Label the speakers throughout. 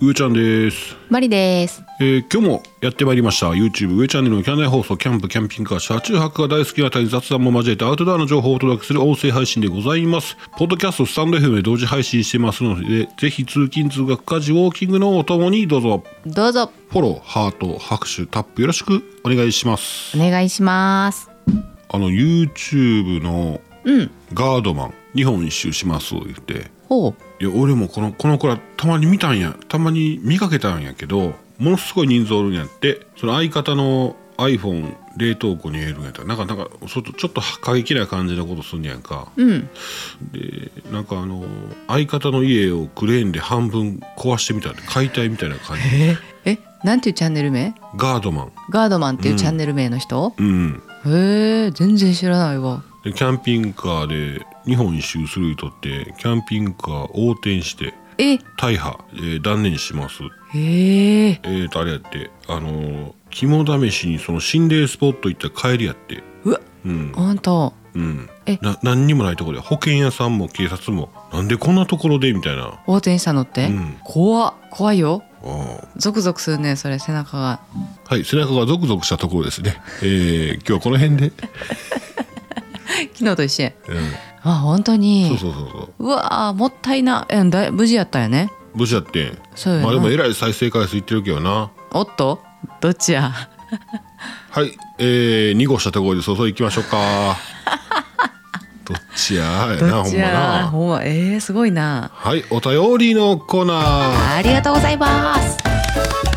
Speaker 1: うーちゃんです、
Speaker 2: マリです。
Speaker 1: えー今日もやってまいりました YouTube 上チャンネルのキャンナイ放送キャンプキャンピングカー車中泊が大好きな方に雑談も交えてアウトドアの情報をお届けする音声配信でございますポッドキャストスタンド FM で同時配信してますのでぜひ通勤通学家事ウォーキングのお供にどうぞ
Speaker 2: どうぞ
Speaker 1: フォローハート拍手タップよろしくお願いします
Speaker 2: お願いします。
Speaker 1: あの YouTube の
Speaker 2: うん。
Speaker 1: ガードマン日本一周します言って
Speaker 2: ほう。
Speaker 1: いや俺もこのこの子らたまに見たんやたまに見かけたんやけどものすごい人数おるんやってその相方の iPhone 冷凍庫に入れるんやったらなんかなんかちょっとちょっと過激な感じのことすんねやんか
Speaker 2: うん。
Speaker 1: でなんかあの相方の家をクレーンで半分壊してみたいな解体みたいな感じ
Speaker 2: え、なんていうチャンネル名？
Speaker 1: ガードマン
Speaker 2: ガードマンっていうチャンネル名の人？
Speaker 1: うん
Speaker 2: へえ、全然知らないわ。
Speaker 1: でキャンピングカーで日本一周する人ってキャンピングカー横転して
Speaker 2: え、
Speaker 1: 大破、えー断念します
Speaker 2: へえ。
Speaker 1: えーとあれやってあのー肝試しにその心霊スポット行った帰りやって
Speaker 2: うわ、
Speaker 1: うん
Speaker 2: あんた。
Speaker 1: うん
Speaker 2: え
Speaker 1: な何にもないところで保険屋さんも警察もなんでこんなところでみたいな
Speaker 2: 横転したのって？
Speaker 1: うん
Speaker 2: 怖っ怖いよ。
Speaker 1: あー
Speaker 2: ゾクゾクするね、それ背中が。
Speaker 1: はい背中がゾクゾクしたところですね、えー、今日はこの辺で、
Speaker 2: 昨日と一緒や。
Speaker 1: うん、
Speaker 2: あ、本当に。
Speaker 1: そうそうそうそう
Speaker 2: うわあ、もったいな。え、だい無事やったよね。
Speaker 1: 無事やってん
Speaker 2: そうよな
Speaker 1: まあでもえらい再生回数いってるけどな
Speaker 2: おっと、どっちや。
Speaker 1: はい、えー、2号車ところで早々行きましょう かどっちややな
Speaker 2: どっ
Speaker 1: ほん
Speaker 2: ちや。
Speaker 1: まな
Speaker 2: ほんま、えー、すごいな。
Speaker 1: はいお便りのコーナー
Speaker 2: ありがとうございます。や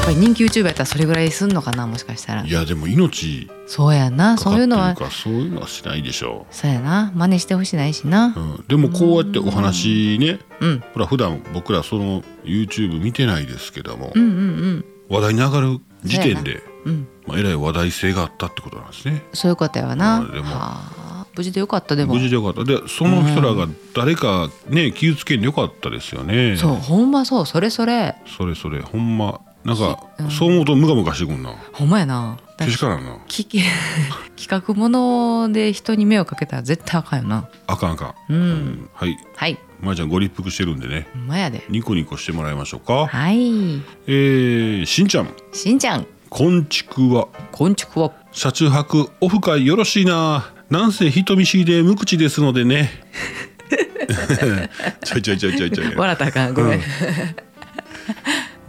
Speaker 2: っぱり人気 YouTuber やったらそれぐらいすんのかなもしかしたら
Speaker 1: い。やでも命
Speaker 2: そうやな、
Speaker 1: か
Speaker 2: そ
Speaker 1: かっ
Speaker 2: う
Speaker 1: て
Speaker 2: いう
Speaker 1: る
Speaker 2: の
Speaker 1: か
Speaker 2: は。
Speaker 1: らそういうのはしないでしょ
Speaker 2: そうやな、真似してほしないしな
Speaker 1: う、う。ん、でもこうやってお話ね
Speaker 2: うん、
Speaker 1: ほら普段僕らその YouTube 見てないですけども、
Speaker 2: うん、うん、
Speaker 1: 話題に上がる時点で、
Speaker 2: うん、うん、
Speaker 1: まあ、えらい話題性があったってことなんですね
Speaker 2: そういうことやわな。
Speaker 1: あでも
Speaker 2: はあ、無事でよかったでも
Speaker 1: 無。事でよかったでその人らが誰かね気をつけんでよかったですよね
Speaker 2: そう、ほんまそう、それそれ、
Speaker 1: それそれほんまなんか、
Speaker 2: うん
Speaker 1: そう思うとムカムカしてくんな
Speaker 2: ほんまやな。だ
Speaker 1: けしからんな
Speaker 2: き 企画もので人に目をかけたら絶対あかんよな。
Speaker 1: あかんあかん、
Speaker 2: うん
Speaker 1: んはい
Speaker 2: はい、
Speaker 1: まー、ちゃんご立腹してるんでね
Speaker 2: ほんまやで。
Speaker 1: ニコニコしてもらいましょうか
Speaker 2: はい、
Speaker 1: えー、しんちゃん
Speaker 2: しんちゃん、
Speaker 1: 昆虫は
Speaker 2: こんちくわ。
Speaker 1: 車中泊オフ会よろしいななんせ人見知りで無口ですのでねちょいちょいちょいちょいちょい
Speaker 2: 笑ったらあかん、ごめん。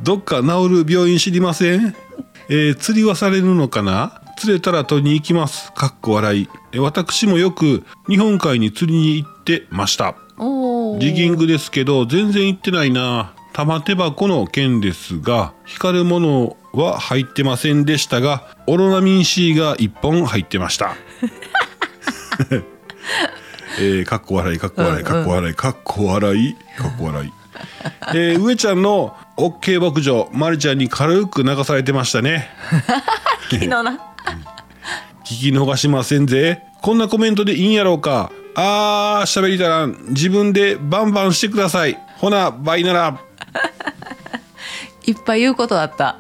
Speaker 1: どっか治る病院知りません、えー釣りはされるのかな釣れたら取りに行きますかっこ笑いえー私もよく日本海に釣りに行ってました
Speaker 2: おお。
Speaker 1: ジギングですけど全然行ってないな玉手箱の件ですが光るものは入ってませんでしたがオロナミン C が1本入ってましたえー、かっこ笑いかっこ笑いかっこ笑いかっこ笑いかっこ笑いえー、上ちゃんの OK 牧場まりちゃんに軽く流されてましたね
Speaker 2: 昨日な。
Speaker 1: 聞き逃しませんぜこんなコメントでいいんやろうかあー喋りたらん自分でバンバンしてくださいほなバイなら
Speaker 2: いっぱい言うことだ った。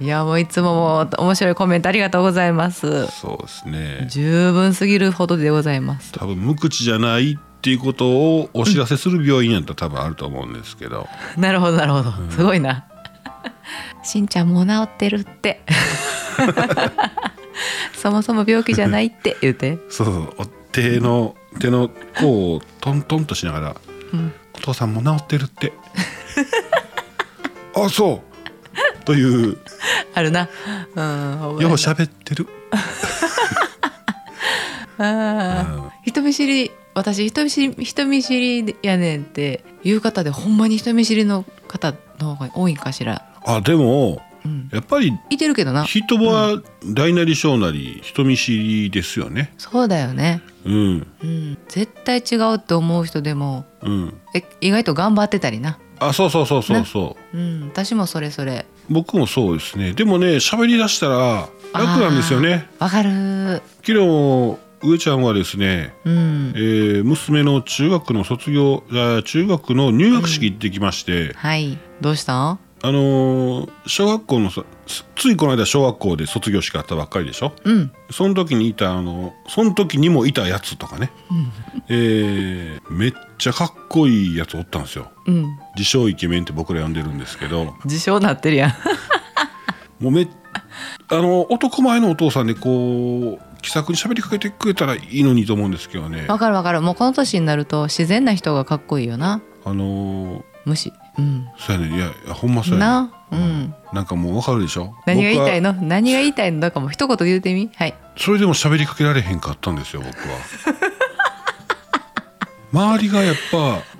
Speaker 2: いやもういつももう面白いコメントありがとうございます。
Speaker 1: そうですね
Speaker 2: 十分すぎるほどでございます。
Speaker 1: 多分無口じゃないっていうことをお知らせする病院やったら多分あると思うんですけど、
Speaker 2: なるほどなるほど。すごいな。しんちゃんもう治ってるって。 そもそも病気じゃないって言うて。
Speaker 1: そうそうお手の手の甲をトントンとしながら「お父さんも治ってるって」あそうという
Speaker 2: あるな。うん。
Speaker 1: よう喋ってる
Speaker 2: あー人見知り私人見知り人見知りやねんっていう方でほんまに人見知りの方の方が多いんかしら、
Speaker 1: あでも
Speaker 2: うん、
Speaker 1: やっぱり
Speaker 2: いてるけどな
Speaker 1: 人は大なり小なり人見知りですよね。
Speaker 2: そうだよね、
Speaker 1: うん
Speaker 2: うん、絶対違うって思う人でも
Speaker 1: うん。
Speaker 2: え意外と頑張ってたりな、
Speaker 1: あそうそうそうそうそう。
Speaker 2: うん、私もそれそれ
Speaker 1: 僕もそうですね。でもね喋り出したら楽なんですよね。
Speaker 2: わかる
Speaker 1: 昨日上ちゃんはですね、
Speaker 2: うん
Speaker 1: えー娘の中学の卒業あー中学の入学式行ってきまして、
Speaker 2: はいどうしたん
Speaker 1: あのー小学校のさつついこの間小学校で卒業式あったばっかりでしょ
Speaker 2: うん
Speaker 1: その時にいたあのその時にもいたやつとかね、えーめっちゃかっこいいやつおったんですよ
Speaker 2: うん
Speaker 1: 自称イケメンって僕ら呼んでるんですけど
Speaker 2: 自称なってるやん
Speaker 1: もうめあの男前のお父さんでこう気さくに喋りかけてくれたらいいのにと思うんですけどね
Speaker 2: わかるわかるもうこの年になると自然な人がかっこいいよな
Speaker 1: あのー
Speaker 2: 無視うん
Speaker 1: そうやねいやいやほんまそうやね
Speaker 2: なうん
Speaker 1: なんかもうわかるでしょ
Speaker 2: 何が言いたい
Speaker 1: 僕は
Speaker 2: の何が言いたいのだかも一言言うてみはい
Speaker 1: それでも喋りかけられへんかったんですよ僕 は周りがやっ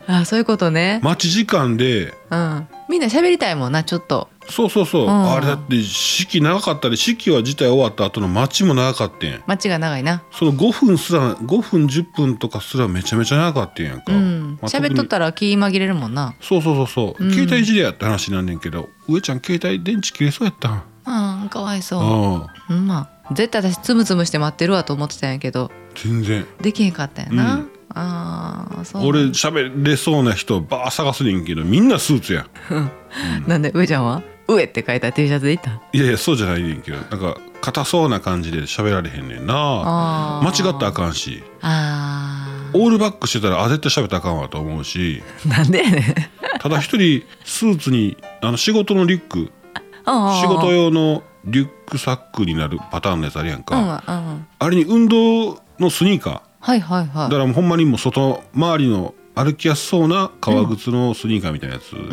Speaker 1: ぱ
Speaker 2: あそういうことね、
Speaker 1: 待ち時間で
Speaker 2: うんみんな喋りたいもんなちょっと
Speaker 1: そうそうそう、
Speaker 2: うん
Speaker 1: あれだって式長かったり式は自体終わった後の待ちも長かってん
Speaker 2: 待ちが長いな
Speaker 1: その5分すら5分10分とかすらめちゃめちゃ長かってんやんか、
Speaker 2: うん
Speaker 1: まあ
Speaker 2: 喋っとったら気紛れるもんな
Speaker 1: 特にそうそうそうそう、
Speaker 2: うん
Speaker 1: 携帯いじれやって話になんねんけど上ちゃん携帯電池切れそうやったん
Speaker 2: うんかわいそ
Speaker 1: ああ
Speaker 2: ううんまあ絶対私つむつむして待ってるわと思ってたんやけど
Speaker 1: 全然
Speaker 2: できへんかったんやな、
Speaker 1: うん
Speaker 2: ああそう
Speaker 1: 俺喋れそうな人ばー探すねんけどみんなスーツやん
Speaker 2: なんで上ちゃんは上って書いた T シャツでいった
Speaker 1: いやいやそうじゃないねんけどなんか硬そうな感じで喋られへんねんな
Speaker 2: あー
Speaker 1: 間違ったらあかんし
Speaker 2: あ
Speaker 1: オールバックしてたらあ絶対喋ったらあかんわと思うし
Speaker 2: ーなんでやねん
Speaker 1: ただ一人スーツにあの仕事のリュック
Speaker 2: あー
Speaker 1: 仕事用のリュックサックになるパターンのやつあるやん
Speaker 2: う
Speaker 1: か、
Speaker 2: んうん
Speaker 1: あれに運動のスニーカ
Speaker 2: はいはいは
Speaker 1: ー
Speaker 2: い
Speaker 1: だからもうほんまにもう外回りの歩きやすそうな革靴のスニーカーみたいなやつ、
Speaker 2: うんうんう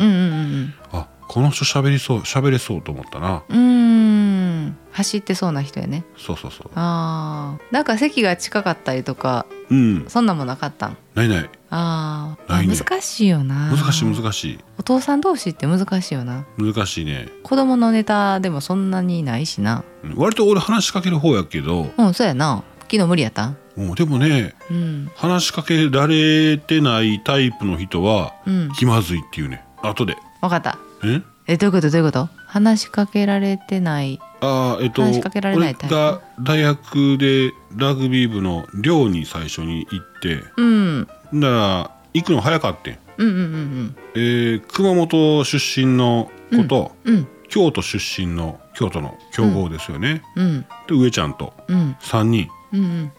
Speaker 2: ん
Speaker 1: あこの人喋りそう喋れそうと思ったな
Speaker 2: うんうーん走ってそうな人やね
Speaker 1: そうそうそう
Speaker 2: あーなんか席が近かったりとか
Speaker 1: うん
Speaker 2: そんなんもなかったん
Speaker 1: ないない
Speaker 2: あー
Speaker 1: ないね
Speaker 2: 難しいよな
Speaker 1: 難しい難しい
Speaker 2: お父さん同士って難しいよな
Speaker 1: 難しいね
Speaker 2: 子供のネタでもそんなにないしな
Speaker 1: うん割と俺話しかける方やけど、
Speaker 2: うんそうやな昨日無理やったん
Speaker 1: うんでもね
Speaker 2: うん
Speaker 1: 話しかけられてないタイプの人は
Speaker 2: うん
Speaker 1: 気まずいっていうね後で
Speaker 2: 分かった
Speaker 1: え
Speaker 2: えどういうことどういうこと話しかけられてない
Speaker 1: あーえっと
Speaker 2: 話しかけられないタイプ
Speaker 1: 俺が大学でラグビー部の寮に最初に行って
Speaker 2: うん
Speaker 1: だから行くの早かってん、
Speaker 2: うんうんうん
Speaker 1: えー熊本出身の子と、
Speaker 2: うんうん
Speaker 1: 京都出身の京都の強豪ですよね、
Speaker 2: うん
Speaker 1: で上ちゃんと
Speaker 2: うん
Speaker 1: 3人
Speaker 2: うんうん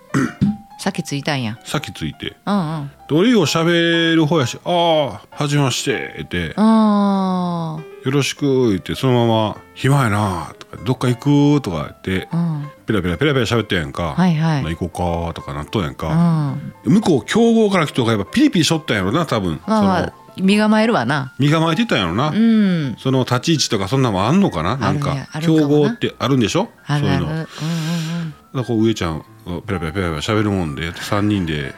Speaker 2: さっきついたんや
Speaker 1: 先ついて
Speaker 2: うんうん
Speaker 1: で俺よう喋る方やし「ああはじめまして」って
Speaker 2: あ
Speaker 1: 「よろしく」ってそのまま「暇やな」とか「どっか行く」とか言って
Speaker 2: ーうん
Speaker 1: ペラペラペラペラ喋ってやんか「
Speaker 2: はいはい
Speaker 1: な行こうか」とかなっとんやん
Speaker 2: うん
Speaker 1: か、
Speaker 2: ま
Speaker 1: 向こう強豪から来とかやっぱピリピリしとったんやろな多分、
Speaker 2: あまあ
Speaker 1: その
Speaker 2: 身構えるわな
Speaker 1: 身構えてたんやろな、
Speaker 2: うん
Speaker 1: その立ち位置とかそんなんもあんのかな
Speaker 2: あ
Speaker 1: な
Speaker 2: る
Speaker 1: ん
Speaker 2: んや
Speaker 1: か
Speaker 2: あるかも
Speaker 1: 強
Speaker 2: な
Speaker 1: 豪ってあるんでしょ
Speaker 2: あるあるうん
Speaker 1: そういう
Speaker 2: うん
Speaker 1: のだ
Speaker 2: う
Speaker 1: から
Speaker 2: ん
Speaker 1: こう上ちゃんがペラペラペラペラ喋るもんで3人で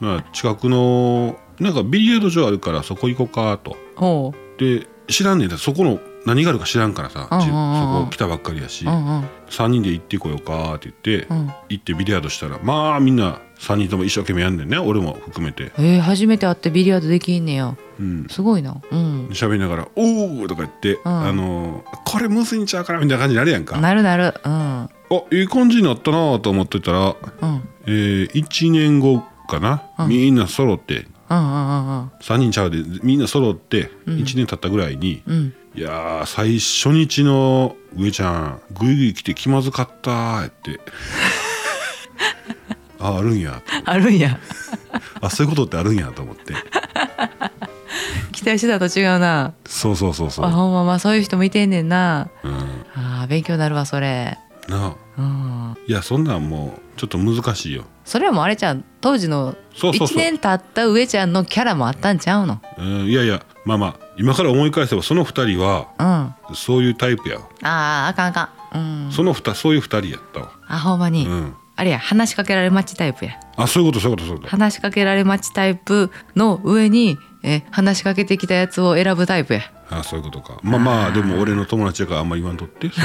Speaker 1: まあ近くのなんかビリヤード場あるからそこ行こうかと
Speaker 2: ほ
Speaker 1: で知らんねんだそこの何があるか知らんからさ、
Speaker 2: うんうんうん
Speaker 1: そこ来たばっかりやし、
Speaker 2: ううんうん
Speaker 1: 3人で行ってこようかって言って、
Speaker 2: うん
Speaker 1: 行ってビリヤードしたらまあみんな3人とも一生懸命やんねんね俺も含めて、
Speaker 2: えー、初めて会ってビリヤードできんねや
Speaker 1: うん、
Speaker 2: すごいなうん
Speaker 1: 喋りながら「おお!」とか言って、あのーこれむずいんちゃうかな」みたいな感じになるやんか。あ
Speaker 2: なるなるうん
Speaker 1: いい感じになったなと思ってたら、
Speaker 2: うんうん
Speaker 1: え1年後かな、みんな揃って
Speaker 2: うんうんうん
Speaker 1: 3人ちゃうでみんな揃って1年経ったぐらいに「
Speaker 2: うん
Speaker 1: いやー最初日の上ちゃんグイグイ来て気まずかった」って 「ああるんや
Speaker 2: あるんや」
Speaker 1: あそういうことってあるんやと思って
Speaker 2: 期待してたと違うな
Speaker 1: そうそうそうそ
Speaker 2: あ
Speaker 1: う、
Speaker 2: ほんままあそういう人もいてんねんな
Speaker 1: うん、
Speaker 2: あー勉強になるわそれ
Speaker 1: なあ
Speaker 2: うん
Speaker 1: いやそんなんもうちょっと難しいよ
Speaker 2: それはもうあれちゃん当時の
Speaker 1: そうそうそう
Speaker 2: 1年経った上ちゃんのキャラもあったんちゃうの
Speaker 1: うんいやいやまあまあ今から思い返せばその2人は
Speaker 2: うんあ
Speaker 1: そういうタイプやわ、
Speaker 2: ああかんあかんうん
Speaker 1: その2そういう2人やったわ
Speaker 2: あほんまに、
Speaker 1: うん
Speaker 2: あれや話しかけられ待ちタイプや
Speaker 1: あそういうことそういうことそういうこと
Speaker 2: 話しかけられ待ちタイプの上にえ話しかけてきたやつを選ぶタイプや
Speaker 1: あそういうことかまあまあでも俺の友達やからあんまり言わんとってそう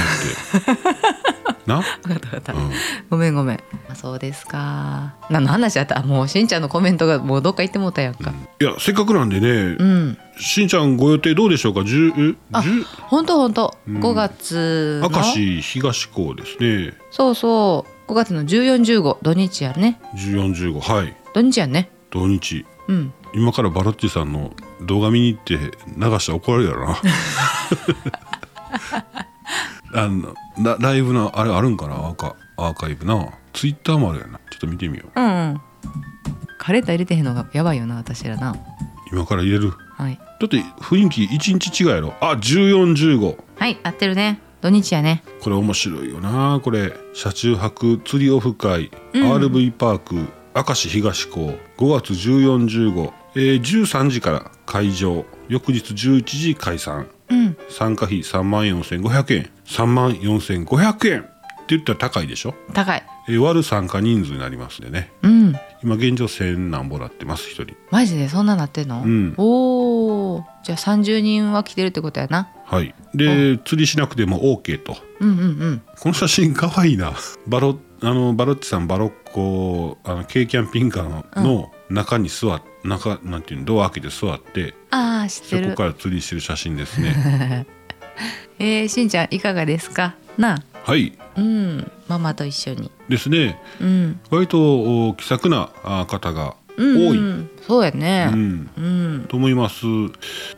Speaker 1: や ってな
Speaker 2: 分かった分かった、
Speaker 1: うん
Speaker 2: ごめんごめんあそうですか何の話だったもうしんちゃんのコメントがもうどっか行ってもうたやんか
Speaker 1: いやせっかくなんでね、
Speaker 2: うん、
Speaker 1: しんちゃんご予定どうでしょうか10え
Speaker 2: あ
Speaker 1: 10
Speaker 2: ほんとほんと5月の
Speaker 1: 明石東港ですね
Speaker 2: そうそう5月の1415土日やね
Speaker 1: 1415はい
Speaker 2: 土日やね
Speaker 1: 土日
Speaker 2: うん
Speaker 1: 今からバロッチさんの動画見に行って流したら怒られるや ろなあのラライブのあれあるんかなアーカアーカイブなツイッターもあるやなちょっと見てみよう
Speaker 2: うんうんカレンダー入れてへんのがやばいよな私らな
Speaker 1: 今から入れるだ
Speaker 2: はい
Speaker 1: って雰囲気1日違いやろあ1415
Speaker 2: はい合ってるね土日やね
Speaker 1: これ面白いよなこれ車中泊釣りオフ会、RV パーク明石東港5月1415、えー、13時から会場翌日11時解散
Speaker 2: うん
Speaker 1: 参加費3万4500円3万4500円って言ったら高いでしょ、
Speaker 2: 高い
Speaker 1: えー割る参加人数になりますんでね
Speaker 2: うん
Speaker 1: 今現状1000何ぼらってます1人
Speaker 2: マジでそんななってんの、
Speaker 1: うん
Speaker 2: おおじゃあ30人は来てるってことやな
Speaker 1: はいで釣りしなくても OK と
Speaker 2: うんうんうん
Speaker 1: この写真かわいいなバロあのバロッチさんバロッコあの軽キャンピングカーの,、中に座っ中なんていうのドア開けて座って
Speaker 2: ああ知っ
Speaker 1: そ
Speaker 2: て
Speaker 1: こ
Speaker 2: る
Speaker 1: から釣りしてる写真です ね
Speaker 2: えー、しんちゃんいかがですかな
Speaker 1: はい
Speaker 2: あうんママと一緒に
Speaker 1: ですね
Speaker 2: うん
Speaker 1: 割とお気さくなあ方が多
Speaker 2: うん
Speaker 1: い、
Speaker 2: うんそうやね
Speaker 1: うん
Speaker 2: うん
Speaker 1: と思います、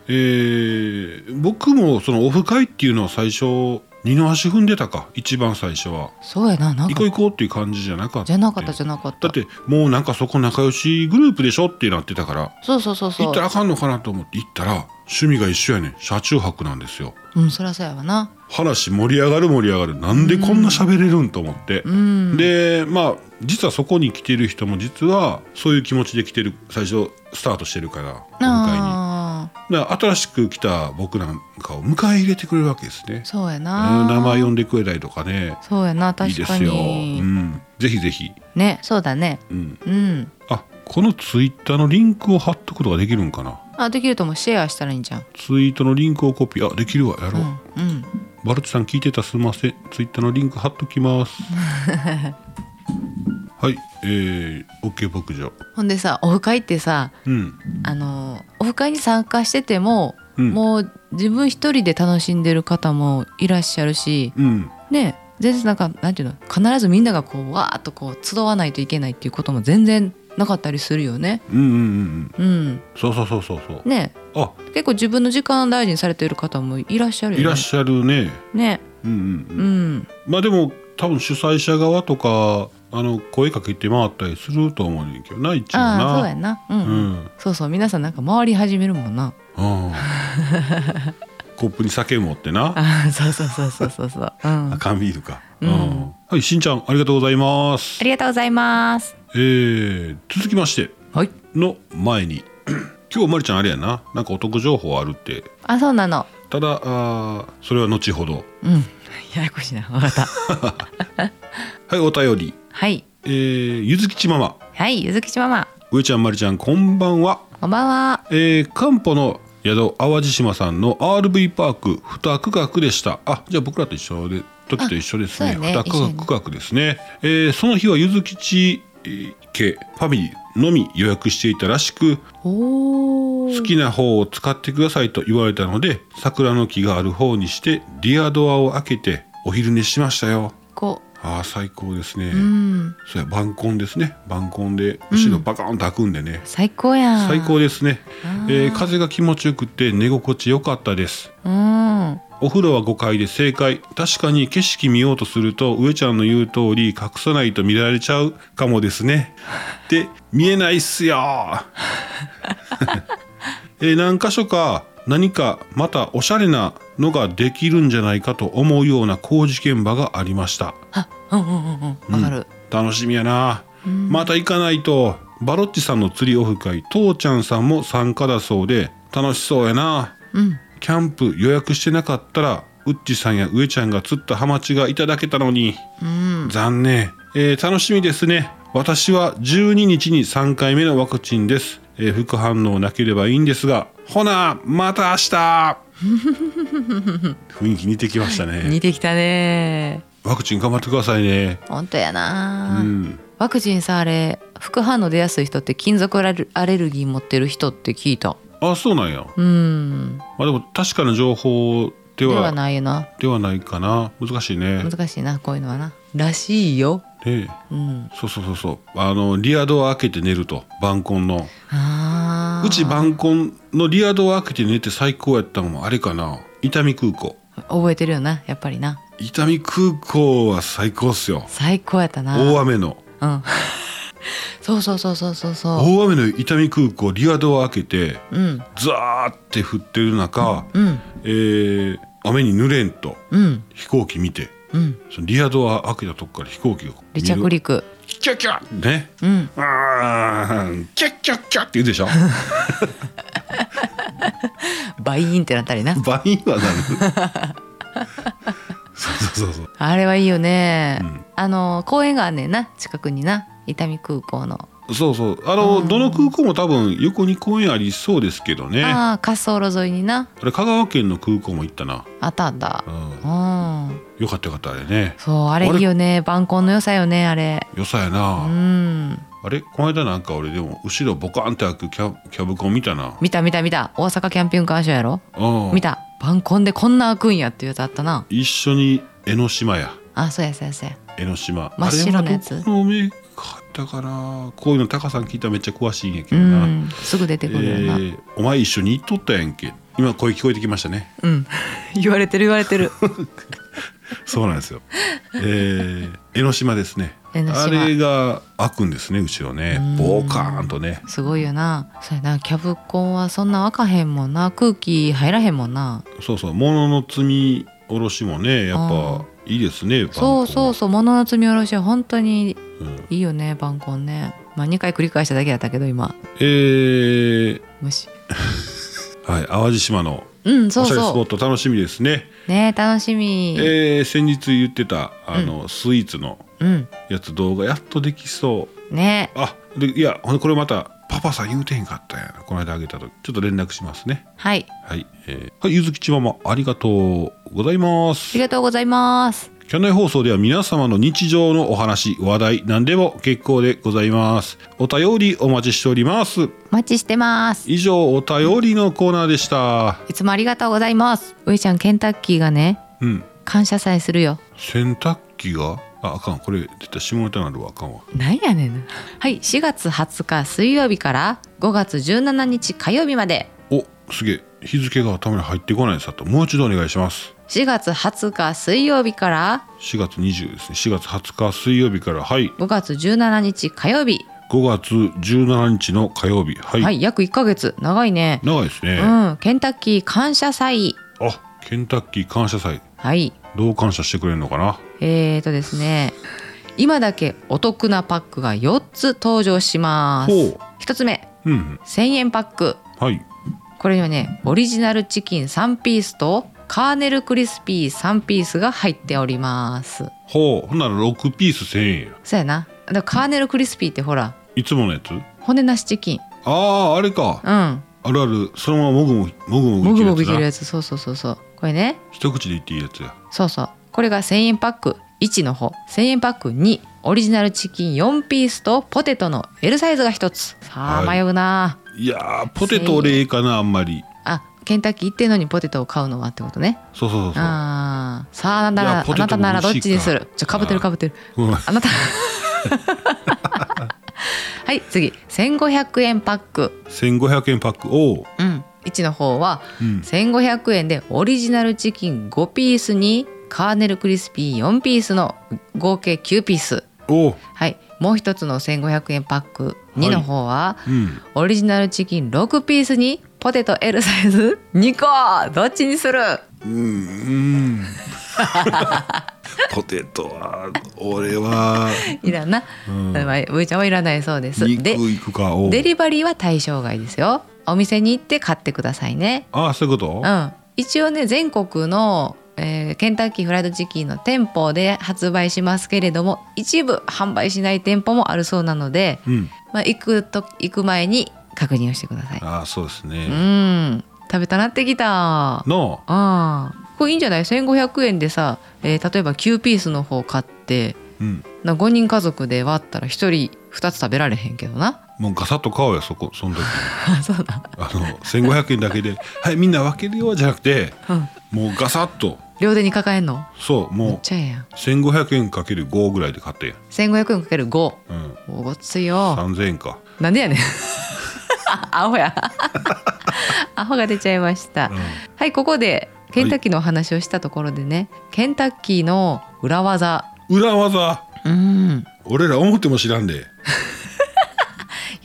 Speaker 1: えー僕もそのオフ会っていうのは最初二の足踏んでたか一番最初は
Speaker 2: そうやななん
Speaker 1: 行
Speaker 2: か
Speaker 1: こう行こうっていう感じじゃなかった
Speaker 2: じゃなかったじゃなかった
Speaker 1: だってもうなんかそこ仲良しグループでしょってなってたから
Speaker 2: そうそうそうそ
Speaker 1: 行
Speaker 2: う
Speaker 1: ったらあかんのかなと思って行ったら趣味が一緒やねん車中泊なんですよ
Speaker 2: うんそらそうやわな
Speaker 1: 話盛り上がる盛り上がるなんでこんな喋れるんと思って、
Speaker 2: うん
Speaker 1: でまあ実はそこに来てる人も実はそういう気持ちで来てる最初スタートしてるからオフ会に
Speaker 2: ああ
Speaker 1: だから新しく来た僕なんかを迎え入れてくれるわけですね。
Speaker 2: そうや
Speaker 1: うん
Speaker 2: な
Speaker 1: 名前呼んでくれたりとかね。
Speaker 2: そうやない
Speaker 1: い
Speaker 2: 確
Speaker 1: で
Speaker 2: か
Speaker 1: すよ。う
Speaker 2: に
Speaker 1: ん、ぜひぜひ。
Speaker 2: ねそうだね
Speaker 1: うん、
Speaker 2: うん
Speaker 1: あこのツイッターのリンクを貼っとくことができるんかな。
Speaker 2: あできるともシェアしたらいいんじゃん
Speaker 1: ツイートのリンクをコピーあできるわや
Speaker 2: う
Speaker 1: ろう。
Speaker 2: んうん
Speaker 1: バルチさん聞いてたらすみません。ツイッターのリンク貼っとき ます。はい、えー、OK 牧場。
Speaker 2: ほんでさオフ会ってさ
Speaker 1: うん。
Speaker 2: あのオフ会に参加してても、
Speaker 1: うん
Speaker 2: もう自分一人で楽しんでる方もいらっしゃるし
Speaker 1: うん。
Speaker 2: ね全然なんかなんていうの必ずみんながこうわーっとこう集わないといけないっていうことも全然なかったりするよね。
Speaker 1: うんうんうんうん。
Speaker 2: うん、
Speaker 1: そうそうそうそうそう。
Speaker 2: ね
Speaker 1: あ
Speaker 2: 結構自分の時間大事にされてる方もいらっしゃるよね。
Speaker 1: いらっしゃるね。
Speaker 2: ね、
Speaker 1: うんうんうん
Speaker 2: う。ん、
Speaker 1: まあでも多分主催者側とかあの声かけて回ったりすると思うねんけどな一応
Speaker 2: ああそう
Speaker 1: な
Speaker 2: やな、うん、
Speaker 1: う
Speaker 2: うん、
Speaker 1: ん
Speaker 2: そうそう皆さんなんか回り始めるも んな。
Speaker 1: あ ーコップに酒持ってな
Speaker 2: あーそうそうそうそうそうそう。うん、あ
Speaker 1: 缶ビールか、
Speaker 2: うん
Speaker 1: はいしんちゃんありがとうございます
Speaker 2: りがとうございます。
Speaker 1: えー、続きまして
Speaker 2: はい。
Speaker 1: の前に 今日まりちゃんあれやななんかお得情報あるって
Speaker 2: あそうなの。
Speaker 1: ただあーそれは後ほど
Speaker 2: うん。ややこしいな。わかった。
Speaker 1: はいお便り、
Speaker 2: はい。
Speaker 1: えー、ゆずきちママ
Speaker 2: はい、ゆずきちママ。
Speaker 1: 上ちゃんまりちゃんこんばんは
Speaker 2: こんばんは。
Speaker 1: えー、漢方の宿淡路島さんの RV パーク二区画でしたあじゃあ僕らと一緒で時と一緒ですね
Speaker 2: あそうやね
Speaker 1: 二区
Speaker 2: 一緒
Speaker 1: 画区画ですね、えーその日はゆずきちえー家ファミリーのみ予約していたらしく
Speaker 2: おお。
Speaker 1: 好きな方を使ってくださいと言われたので桜の木がある方にしてリアドアを開けてお昼寝しましたよ
Speaker 2: こ
Speaker 1: あー最高ですね、
Speaker 2: う。うん。
Speaker 1: そうや晩婚ですね晩婚で後ろバカーンと開くんでね、
Speaker 2: 最高やん。
Speaker 1: 最高ですね
Speaker 2: あ、ー
Speaker 1: えー風が気持ちよくて寝心地良かったです
Speaker 2: うん。
Speaker 1: お風呂は5階で正解確かに景色見ようとすると上ちゃんの言う通り隠さないと見られちゃうかもですねで見えないっすよ、えー何箇所か何かまたおしゃれなのができるんじゃないかと思うような工事現場がありました
Speaker 2: あ、うんうんうんうん。わかる。
Speaker 1: 楽しみやな、また行かないとバロッチさんの釣りオフ会父ちゃんさんも参加だそうで楽しそうやな
Speaker 2: うん。
Speaker 1: キャンプ予約してなかったらウッチさんや上ちゃんが釣ったハマチがいただけたのに、
Speaker 2: うん。
Speaker 1: 残念、えー楽しみですね私は12日に3回目のワクチンです、えー副反応なければいいんですがほなまた明 日雰囲気似てきましたね
Speaker 2: 似てきたね。
Speaker 1: ワクチン頑張ってくださいね
Speaker 2: 本当や
Speaker 1: う
Speaker 2: な、
Speaker 1: ん
Speaker 2: ワクチンさあれ副反応出やすい人って金属アレルアレルギー持ってる人って聞いた。
Speaker 1: あそうなんや
Speaker 2: うん。
Speaker 1: まあでも確かな情報で
Speaker 2: で
Speaker 1: は
Speaker 2: はないよな。
Speaker 1: ではないかな難しいね。
Speaker 2: 難しいなこういうのはな。らしいよ。
Speaker 1: で
Speaker 2: うん。
Speaker 1: そうそうそうそうあのリアドを開けて寝ると晩婚の
Speaker 2: あ
Speaker 1: うち晩婚のリアドを開けて寝て最高やったのもあれかな伊丹空港
Speaker 2: 覚えてるよなやっぱりな
Speaker 1: 伊丹空港は最高っすよ
Speaker 2: 最高やったな
Speaker 1: 大雨の
Speaker 2: うん そうそうそうそうそうそ
Speaker 1: 大雨の伊丹空港リアドを開けて
Speaker 2: ううん
Speaker 1: ザーって降ってる中、
Speaker 2: うん
Speaker 1: えー雨に濡れんと
Speaker 2: うん
Speaker 1: 飛行機見て
Speaker 2: うん
Speaker 1: そのリアドを開けたとこから飛行機が
Speaker 2: 離着
Speaker 1: 見る
Speaker 2: 陸
Speaker 1: キャッキャッね
Speaker 2: うん
Speaker 1: あーキャッキャッキャッって言うで しょ
Speaker 2: バイーンってなったりな
Speaker 1: 倍にはなる そうそうそうそう
Speaker 2: あれはいいよね、
Speaker 1: うん
Speaker 2: あの公園があんねんな近くにな伊丹空港の、
Speaker 1: そうそうあの、どの空港も多分横に公園ありそうですけどねあ
Speaker 2: ああ滑走路沿いにな
Speaker 1: れ香川県の空港も行ったな、
Speaker 2: あったあった
Speaker 1: う、
Speaker 2: うんん
Speaker 1: よかったよかったあれね
Speaker 2: そうあれいいよね晩婚の良さよねあれ
Speaker 1: よさや
Speaker 2: う
Speaker 1: な、
Speaker 2: ん
Speaker 1: あれこの間なんか俺でも後ろボカンって開くキャキャブコン見たな
Speaker 2: 見た見た見た大阪キャンピングカーショーやろ
Speaker 1: うん
Speaker 2: 見た晩婚でこんな開くんやっていうやつあったな
Speaker 1: 一緒に江ノ島や
Speaker 2: あそうやそうやそうや
Speaker 1: 江ノ島
Speaker 2: 真っ白なやつ
Speaker 1: あれはどこの目かったかなこういうのタカさん聞いたらめっちゃ詳しいんやけ
Speaker 2: う
Speaker 1: どな、
Speaker 2: んすぐ出て
Speaker 1: え
Speaker 2: くるよな、
Speaker 1: ーお前一緒に行っとったやんけ今声聞こえてきました ね
Speaker 2: うん言われてる言われてる
Speaker 1: そうなんですよ。えー、江ノ島ですね。
Speaker 2: 江ノ島
Speaker 1: あれが開くんですね、後ろね。ボーカーンとね。
Speaker 2: すごいよなそうやなキャブコンはそんな開かへんもんな空気入らへんもんな
Speaker 1: そうそう、物の積み下ろしもね、やっ
Speaker 2: あ
Speaker 1: ぱいいですね。
Speaker 2: そうそうそう物の積み下ろしは本当に
Speaker 1: う。うん、
Speaker 2: いいよね晩婚ねまあ2回繰り返しただけだったけど今
Speaker 1: えー、
Speaker 2: もし
Speaker 1: はい、淡路島の
Speaker 2: うんそ
Speaker 1: お
Speaker 2: う
Speaker 1: しゃれスポ
Speaker 2: そ
Speaker 1: ット楽しみですね。
Speaker 2: うね楽しみ、
Speaker 1: えー、先日言ってたあの、スイーツの
Speaker 2: うん
Speaker 1: やつ動画やっとできそう。
Speaker 2: ね
Speaker 1: あ、でいや、ほんでこれまたパパさん言うてへんかったんやな。この間あげた時ちょっと連絡しますね。
Speaker 2: はい
Speaker 1: はい、えー、はい、ゆずきちママ、ありがとうございま
Speaker 2: あ
Speaker 1: す
Speaker 2: り。がとうございます
Speaker 1: キャンナイ放送では皆様の日常のお話、話題、何でも結構でございます。お便りお待ちしております。
Speaker 2: お待ちしてます
Speaker 1: 以上、お便りのコーナーでした。
Speaker 2: いつもありがとうございますういちゃんケンタッキーがね
Speaker 1: うん、
Speaker 2: 感謝祭するよ
Speaker 1: 洗濯機が、あ、あかん、これ、絶対下ネタになるわ、あかんわ。
Speaker 2: なんやねんなはい4月20日水曜日から5月17日火曜日まで
Speaker 1: お、すげえ、日付が頭に入ってこないさと、もう一度お願いします。
Speaker 2: 4月20日水曜日から
Speaker 1: 4月20ですね、4月20日水曜日から、はい、
Speaker 2: 5月17日火曜日
Speaker 1: 5月17日の火曜日、はい、
Speaker 2: はい、約1ヶ月長いね、
Speaker 1: 長いですね。
Speaker 2: うんケンタッキー感謝祭
Speaker 1: あケンタッキー感謝祭
Speaker 2: はい
Speaker 1: どう感謝してくれるのかな
Speaker 2: えーとですね今だけお得なパックが4つ登場します
Speaker 1: ほう
Speaker 2: 1つ目
Speaker 1: うんうん
Speaker 2: 1000円パック
Speaker 1: はい
Speaker 2: これにはねオリジナルチキン3ピースとカーネルクリスピー3ピースが入っております
Speaker 1: ほうほんなら6ピース1000円や
Speaker 2: そうやなだからカーネルクリスピーってほら
Speaker 1: いつものやつ
Speaker 2: 骨なしチキン
Speaker 1: あああれか
Speaker 2: うん
Speaker 1: あるあるそのままもぐもぐもぐも
Speaker 2: も
Speaker 1: ぐ
Speaker 2: ぐ
Speaker 1: い
Speaker 2: もぐい
Speaker 1: け
Speaker 2: け
Speaker 1: る
Speaker 2: る
Speaker 1: やつ
Speaker 2: やつそうそうそうそうこれね
Speaker 1: な一口でいっていいやつや
Speaker 2: そうそうこれが1000円パック1の方1000円パック2オリジナルチキン4ピースとポテトの L サイズが1つさあ
Speaker 1: はい
Speaker 2: 迷うな、
Speaker 1: いやーポテト俺ええかなあんまり
Speaker 2: あケンタッキー行ってんのにポテトを買うのはってことね
Speaker 1: そうそうそうそう
Speaker 2: あーさあなんだ
Speaker 1: いや
Speaker 2: ら
Speaker 1: ポ
Speaker 2: あ
Speaker 1: テ
Speaker 2: な
Speaker 1: ト
Speaker 2: た
Speaker 1: も
Speaker 2: な
Speaker 1: 美
Speaker 2: らどっ
Speaker 1: 味しいか
Speaker 2: ちにするちょかぶってるかぶってる
Speaker 1: ごめん
Speaker 2: あなた はい次1500円パック、
Speaker 1: 1500円パックおう
Speaker 2: うん、1の方は
Speaker 1: うん
Speaker 2: 1500円でオリジナルチキン5ピースにカーネルクリスピー4ピースの合計9ピース
Speaker 1: おう
Speaker 2: はいもう一つの1500円パック2の方は、
Speaker 1: うん
Speaker 2: オリジナルチキン6ピースにポテト L サイズ2個どっちにする
Speaker 1: うんうん ポテトは俺はい
Speaker 2: らんな、
Speaker 1: うん
Speaker 2: まあういちゃんはいらないそうです
Speaker 1: 肉
Speaker 2: で
Speaker 1: いくかおう
Speaker 2: デリバリーは対象外ですよお店に行って買ってくださいね
Speaker 1: ああそういうこと
Speaker 2: うん一応ね全国の、えーケンタッキーフライドチキンの店舗で発売しますけれども一部販売しない店舗もあるそうなので、
Speaker 1: うん
Speaker 2: まあ、行くと行く前に確認をしてください
Speaker 1: ああそうです
Speaker 2: う
Speaker 1: ね。
Speaker 2: ん食べたなってきた
Speaker 1: の
Speaker 2: あーこれいいんじゃない1500円でさ、えー例えば9ピースの方買って
Speaker 1: うん、
Speaker 2: な5人家族で割ったら1人2つ食べられへんけどな
Speaker 1: もうガサッと買おうよそこその時
Speaker 2: あ そうだ、
Speaker 1: あの1500円だけで 「はいみんな分けるよ」じゃなくて
Speaker 2: うん、
Speaker 1: もうガサッと
Speaker 2: 両手に抱えんの
Speaker 1: そう
Speaker 2: めっ
Speaker 1: も
Speaker 2: ちゃええやん
Speaker 1: う1500円かける5ぐらいで買って、
Speaker 2: 1500円かける5
Speaker 1: うん、
Speaker 2: おごっついよ
Speaker 1: 3000円か
Speaker 2: なんでやねんアホやアホが出ちゃいましたはいここでケンタッキーのお話をしたところでね、ケンタッキーの裏技
Speaker 1: うん裏技
Speaker 2: うん
Speaker 1: 俺ら思っても知らんで、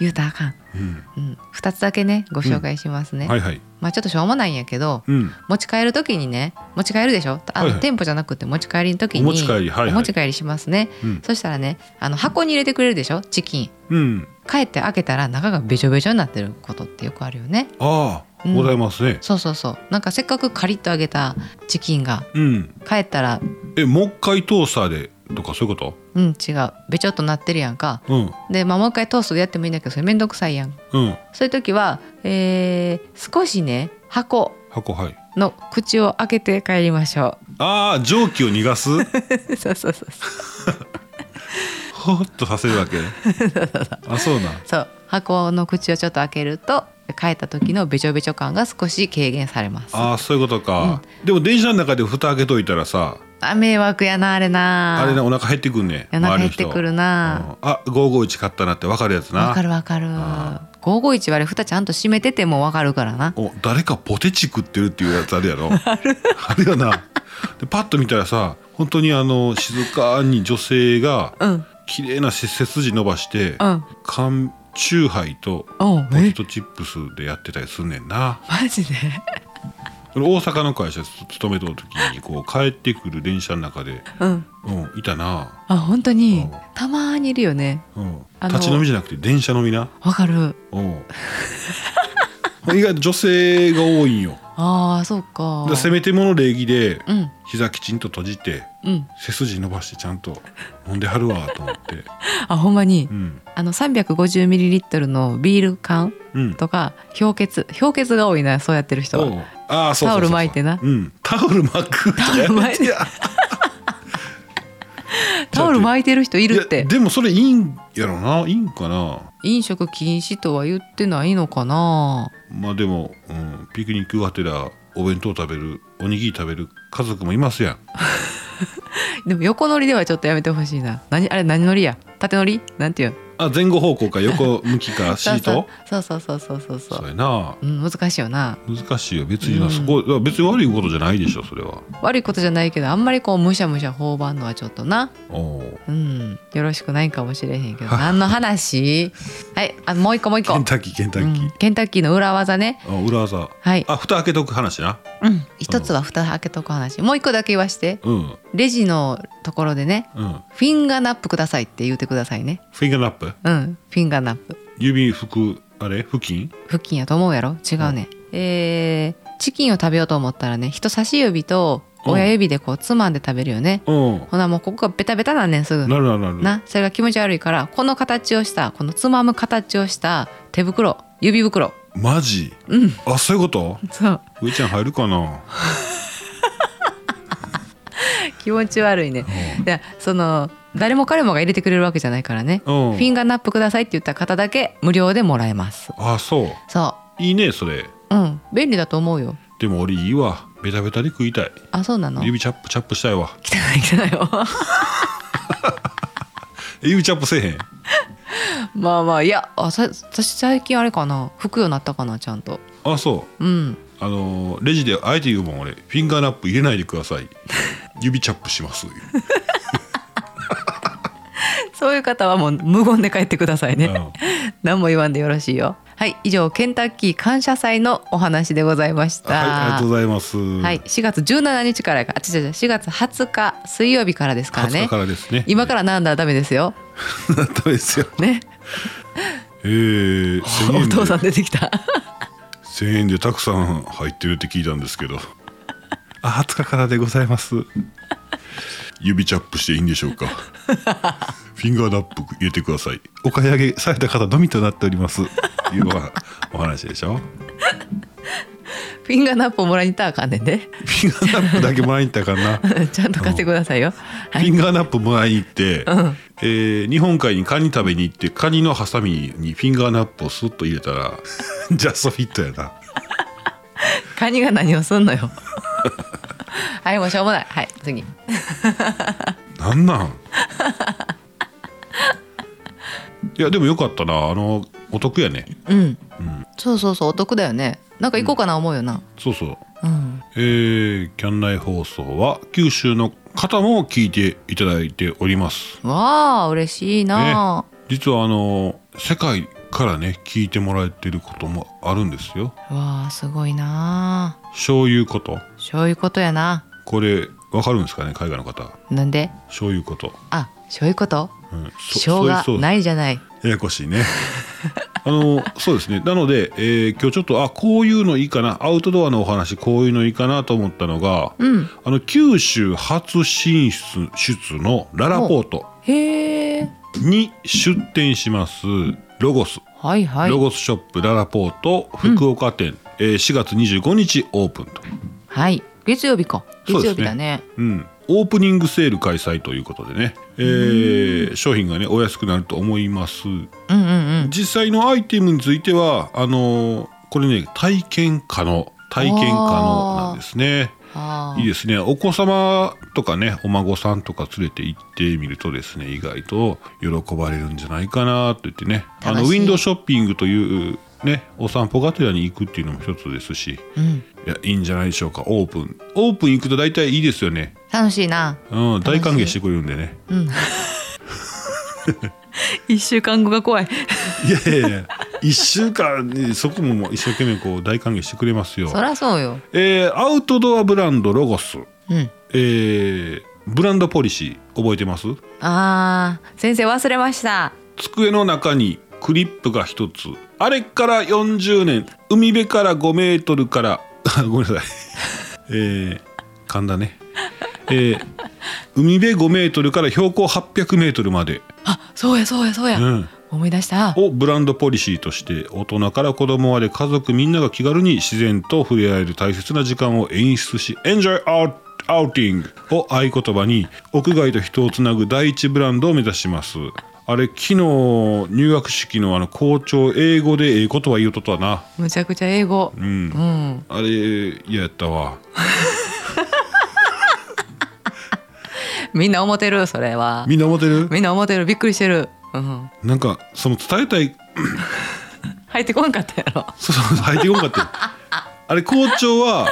Speaker 2: 言うたらあかん、
Speaker 1: うん
Speaker 2: うん、2つだけねご紹介しますね、
Speaker 1: はいはい
Speaker 2: まあちょっとしょうもないんやけど
Speaker 1: うん
Speaker 2: 持ち帰る時にね持ち帰るでしょあの、
Speaker 1: はいはい
Speaker 2: 店舗じゃなくて持ち帰りの時に
Speaker 1: お持ち帰りはいはい
Speaker 2: お持ち帰りしますね、
Speaker 1: うん
Speaker 2: そしたらねあの箱に入れてくれるでしょチキン
Speaker 1: うん
Speaker 2: 帰って開けたら中がべちょべちょになってることってよくあるよね
Speaker 1: ああ、
Speaker 2: うん
Speaker 1: ございますね
Speaker 2: そうそうそうなんかせっかくカリッと揚げたチキンが
Speaker 1: うん
Speaker 2: 帰ったら
Speaker 1: えもう一回トースターでとかそういうこ
Speaker 2: うん違うべちょっとなってるやんか
Speaker 1: とうん
Speaker 2: で、まあ、もう一回トーストでやってもいいんだけどそれめんどくさいやん
Speaker 1: うん
Speaker 2: そういう時は、えー少しね箱
Speaker 1: 箱はい
Speaker 2: の口を開けて帰りましょ
Speaker 1: ああ蒸気を逃が す
Speaker 2: うそうそうそうそう
Speaker 1: ほーっとさせる わけあそうなん
Speaker 2: そう箱の口をちょっと開けると帰った時のべちょべちょ感が少し軽減されますあ
Speaker 1: ああそういうことか、でも電車の中で蓋開けといたらさ
Speaker 2: 迷惑やなあれな
Speaker 1: あれなお腹減ってくんね
Speaker 2: お腹
Speaker 1: 周り
Speaker 2: 減
Speaker 1: の
Speaker 2: っ
Speaker 1: 人
Speaker 2: てくるな
Speaker 1: うんあ551買ったなってわかるやつな
Speaker 2: わかるわかる
Speaker 1: あ
Speaker 2: 551割蓋ちゃんと閉めててもわかるからな
Speaker 1: お誰かポテチ食ってるっていうやつあるや ろあるよなでパッと見たらさ本当にあの静かに女性が
Speaker 2: うん
Speaker 1: 綺麗な背筋伸ばして、
Speaker 2: うん
Speaker 1: 缶チューハイと
Speaker 2: おう
Speaker 1: ポテトチップスでやってたりすんねんな
Speaker 2: マジで
Speaker 1: 俺大阪の会社勤めとる時にこう帰ってくる電車の中で、
Speaker 2: うん
Speaker 1: うん、いたな、
Speaker 2: あ本当に
Speaker 1: うん
Speaker 2: たまにいるよね
Speaker 1: うん、
Speaker 2: あの
Speaker 1: 立ち飲みじゃなくて電車飲みな
Speaker 2: わかる
Speaker 1: うん 意外と女性が多いんよ
Speaker 2: あーそうか
Speaker 1: だせめてもの礼儀で
Speaker 2: うん
Speaker 1: 膝きちんと閉じて
Speaker 2: うん
Speaker 1: 背筋伸ばしてちゃんと飲んではるわと思って
Speaker 2: あほんまに
Speaker 1: うん
Speaker 2: あの 350ml のビール缶
Speaker 1: うん
Speaker 2: とか氷結氷結が多いなそうやってる人
Speaker 1: お
Speaker 2: は
Speaker 1: うああそうそうそうそう
Speaker 2: タオル巻いてな
Speaker 1: うん、タオル巻く
Speaker 2: タオル巻いて
Speaker 1: や
Speaker 2: タオル巻いてる人い
Speaker 1: い
Speaker 2: る
Speaker 1: や
Speaker 2: って
Speaker 1: でもそれいいんやろないいんかな
Speaker 2: 飲食禁止とは言ってないのかな
Speaker 1: まあでも、うん、ピクニックがてらお弁当食べるおにぎり食べる家族もいますやん
Speaker 2: でも横乗りではちょっとやめてほしいな何あれ何乗りや縦乗りなんていう
Speaker 1: あ前後方向か横向きかシート
Speaker 2: そうそうそうそうそうそう
Speaker 1: そ
Speaker 2: そうう、
Speaker 1: やな
Speaker 2: うん、難しいよな
Speaker 1: 難しいよ別にな、
Speaker 2: うん
Speaker 1: そこ別に悪いことじゃないでしょそれは
Speaker 2: 悪いことじゃないけどあんまりこうむしゃむしゃ頬張んのはちょっとな
Speaker 1: おう
Speaker 2: うんよろしくないかもしれへんけ ど何の話はいあもう一個もう一個
Speaker 1: ケンタッキーケンタ
Speaker 2: う
Speaker 1: ッキー
Speaker 2: ん、ケンタッキーの裏技ね
Speaker 1: あ裏技
Speaker 2: はい、
Speaker 1: あ蓋開けとく話な
Speaker 2: うん、一つは蓋開けとく話もう一個だけ言わして
Speaker 1: うん
Speaker 2: レジのところでね
Speaker 1: うん
Speaker 2: フィンガーナップくださいって言うてくださいね
Speaker 1: フィンガーナップ
Speaker 2: うんフィンガーナップ
Speaker 1: 指拭くあれ付近
Speaker 2: 付近やと思うやろ違うね、えーチキンを食べようと思ったらね人差し指と親指でこうつまんで食べるよね、
Speaker 1: うん
Speaker 2: ほなもうここがベタベタなんねんすぐ
Speaker 1: なるなるなる
Speaker 2: なそれが気持ち悪いからこの形をしたこのつまむ形をした手袋指袋
Speaker 1: マジ
Speaker 2: うん
Speaker 1: あそういうこと
Speaker 2: そう
Speaker 1: 上ちゃん入るかな
Speaker 2: 気持ち悪いねでその誰も彼もが入れてくれるわけじゃないからね、
Speaker 1: うん
Speaker 2: フィンガーナップくださいって言った方だけ無料でもらえます
Speaker 1: あそう
Speaker 2: そ
Speaker 1: いいねそれ
Speaker 2: ううん便利だと思うよ
Speaker 1: でも俺いいわベタベタで食いたい
Speaker 2: あそうなの汚い
Speaker 1: 指チャップチャップしたいわ
Speaker 2: 汚いよ
Speaker 1: え指チャップせえへん
Speaker 2: まあまあいやあさ私最近あれかな拭くようになったかなちゃんと
Speaker 1: あそう
Speaker 2: うん
Speaker 1: あのーレジであえて言うもん俺フィンガーナップ入れないでくだ さい指チャップします
Speaker 2: そういう方はもう無言で帰ってくださいね、
Speaker 1: うん
Speaker 2: 何も言わんでよろしいよはい以上ケンタッキー感謝祭のお話でございました
Speaker 1: はい、ありがとうございます。
Speaker 2: はい、4月17日からかあ違う違う4月20日水曜日からですから
Speaker 1: 20
Speaker 2: ね
Speaker 1: 日からですね。
Speaker 2: 今からなんだらダメですよ
Speaker 1: だったです よ。
Speaker 2: ね
Speaker 1: えー、1000
Speaker 2: お
Speaker 1: 円で
Speaker 2: 父さん出てきた
Speaker 1: 1000円でたくさん入ってるって聞いたんですけど。あ、20日からでございます。指チャップしていいんでしょ うか。フィンガーナップ入れてください。お買い上げされた方のみとなっております。いうのがお話でしょ。
Speaker 2: フィンガーナップをもらいに行ったらあかんねん で
Speaker 1: フィンガーナップだけもらいに行ったからな。
Speaker 2: ちゃんと貸してくださいよ
Speaker 1: フィンガーナップもらいに行って、えー日本海にカニ食べに行ってカニのハサミにフィンガーナップをスッと入れたら ジャストフィットやな
Speaker 2: カニが何をすんのよはいもうしょうもないはい次
Speaker 1: なんなん いやでもよかったなあのお得やね
Speaker 2: うんそうそうそうお得だよねなんか行こうかな思うよな
Speaker 1: そうそう
Speaker 2: うん、
Speaker 1: えー、キャン内放送は九州の方も聞いていただいております
Speaker 2: わあ嬉しいな、
Speaker 1: 実はあの世界からね聞いてもらえてることもあるんですよ
Speaker 2: わあすごいな
Speaker 1: 醤油こと
Speaker 2: そういうことやな
Speaker 1: これわかるんですかね海外の方
Speaker 2: なんで
Speaker 1: 醤油こと、
Speaker 2: あそういうこと
Speaker 1: うん、
Speaker 2: しょうが
Speaker 1: そう
Speaker 2: ないじゃない
Speaker 1: ややこしいね あのそうですねなので、えー今日ちょっとあこういうのいいかなアウトドアのお話こういうのいいかなと思ったのが、
Speaker 2: うん
Speaker 1: あの九州初進出出のララポート
Speaker 2: へえ
Speaker 1: に出店しますロゴス、
Speaker 2: はいはい
Speaker 1: ロゴスショップララポート福岡店、えー4月25日オープンと、
Speaker 2: はい月曜日か
Speaker 1: そう
Speaker 2: 月
Speaker 1: です
Speaker 2: 曜
Speaker 1: ね
Speaker 2: 日だね
Speaker 1: うん、オープニングセール開催ということでね、えー商品がねお安くなると思います
Speaker 2: うんうんうん
Speaker 1: 実際のアイテムについてはあのーこれね体験可能体験可能なんですね
Speaker 2: あ
Speaker 1: いいですねお子様とかねお孫さんとか連れて行ってみるとですね意外と喜ばれるんじゃないかなと言ってねあのウ
Speaker 2: 楽しい
Speaker 1: ィンドウショッピングというねお散歩がてらに行くっていうのも一つですし
Speaker 2: あうん
Speaker 1: いやいいんじゃないでしょうかオープンオープン行くと大体いいですよね
Speaker 2: 楽しいな
Speaker 1: うん、
Speaker 2: 楽し
Speaker 1: 大
Speaker 2: い
Speaker 1: 歓迎してくれるんで ね。
Speaker 2: うん一週間後が怖い
Speaker 1: いやいやいや、一週間、ね、そこももう一生懸命こう大歓迎してくれますよ
Speaker 2: そ。らそうよ
Speaker 1: えー、アウトドアブランドロゴス、
Speaker 2: うん
Speaker 1: えー、ブランドポリシー覚えてます
Speaker 2: あー先生忘れました
Speaker 1: 机の中にクリップが一つ。あれから40年、海辺から5メートルから、 あごめんなさい。えー、噛んだね。えー、海辺5メートルから標高800メートルまで。
Speaker 2: あそうやそうやそうや、
Speaker 1: うん
Speaker 2: 思い出した
Speaker 1: をブランドポリシーとして大人から子供まで家族みんなが気軽に自然と触れ合える大切な時間を演出し「Enjoy Out」アウティングを合言葉に屋外と人をつなぐ第一ブランドを目指しますあれ昨日入学式のあの校長英語でええことは言うとったな
Speaker 2: むちゃくちゃ英語
Speaker 1: う
Speaker 2: うんん
Speaker 1: あれ嫌やったわ
Speaker 2: みんな思ってるそれは
Speaker 1: みんな思ってる
Speaker 2: みんな思ってるびっくりしてるうん
Speaker 1: なんかその伝えたい
Speaker 2: 入ってこんかったやろ
Speaker 1: そうそう入ってこんかったよあれ校長は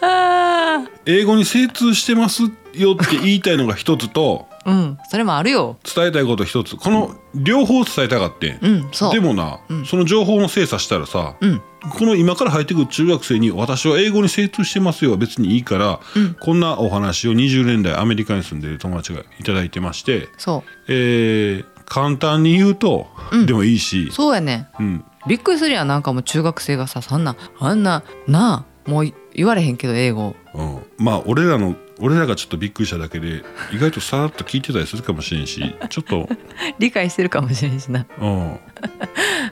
Speaker 2: あ
Speaker 1: 英語に精通してますよって言いたいのが一つと
Speaker 2: ーうんそれもあるよ
Speaker 1: 伝えたいこと一つこの両方伝えたかって、
Speaker 2: うんそう
Speaker 1: でもな、その情報の精査したらさ、
Speaker 2: うん
Speaker 1: この今から入ってくる中学生に「私は英語に精通してますよ」は別にいいから、こんなお話を20年代アメリカに住んでる友達がいただいてまして、
Speaker 2: そ
Speaker 1: えー簡単に言うと、でもいいし
Speaker 2: う、そうやね
Speaker 1: うん、
Speaker 2: びっくりするやんなんかもう中学生がさそんなあんななあもう言われへんけど英語
Speaker 1: うん、まあ俺らの俺らがちょっとびっくりしただけで意外とさらっと聞いてたりするかもしれんしちょっと
Speaker 2: 理解してるかもしれんしな
Speaker 1: うん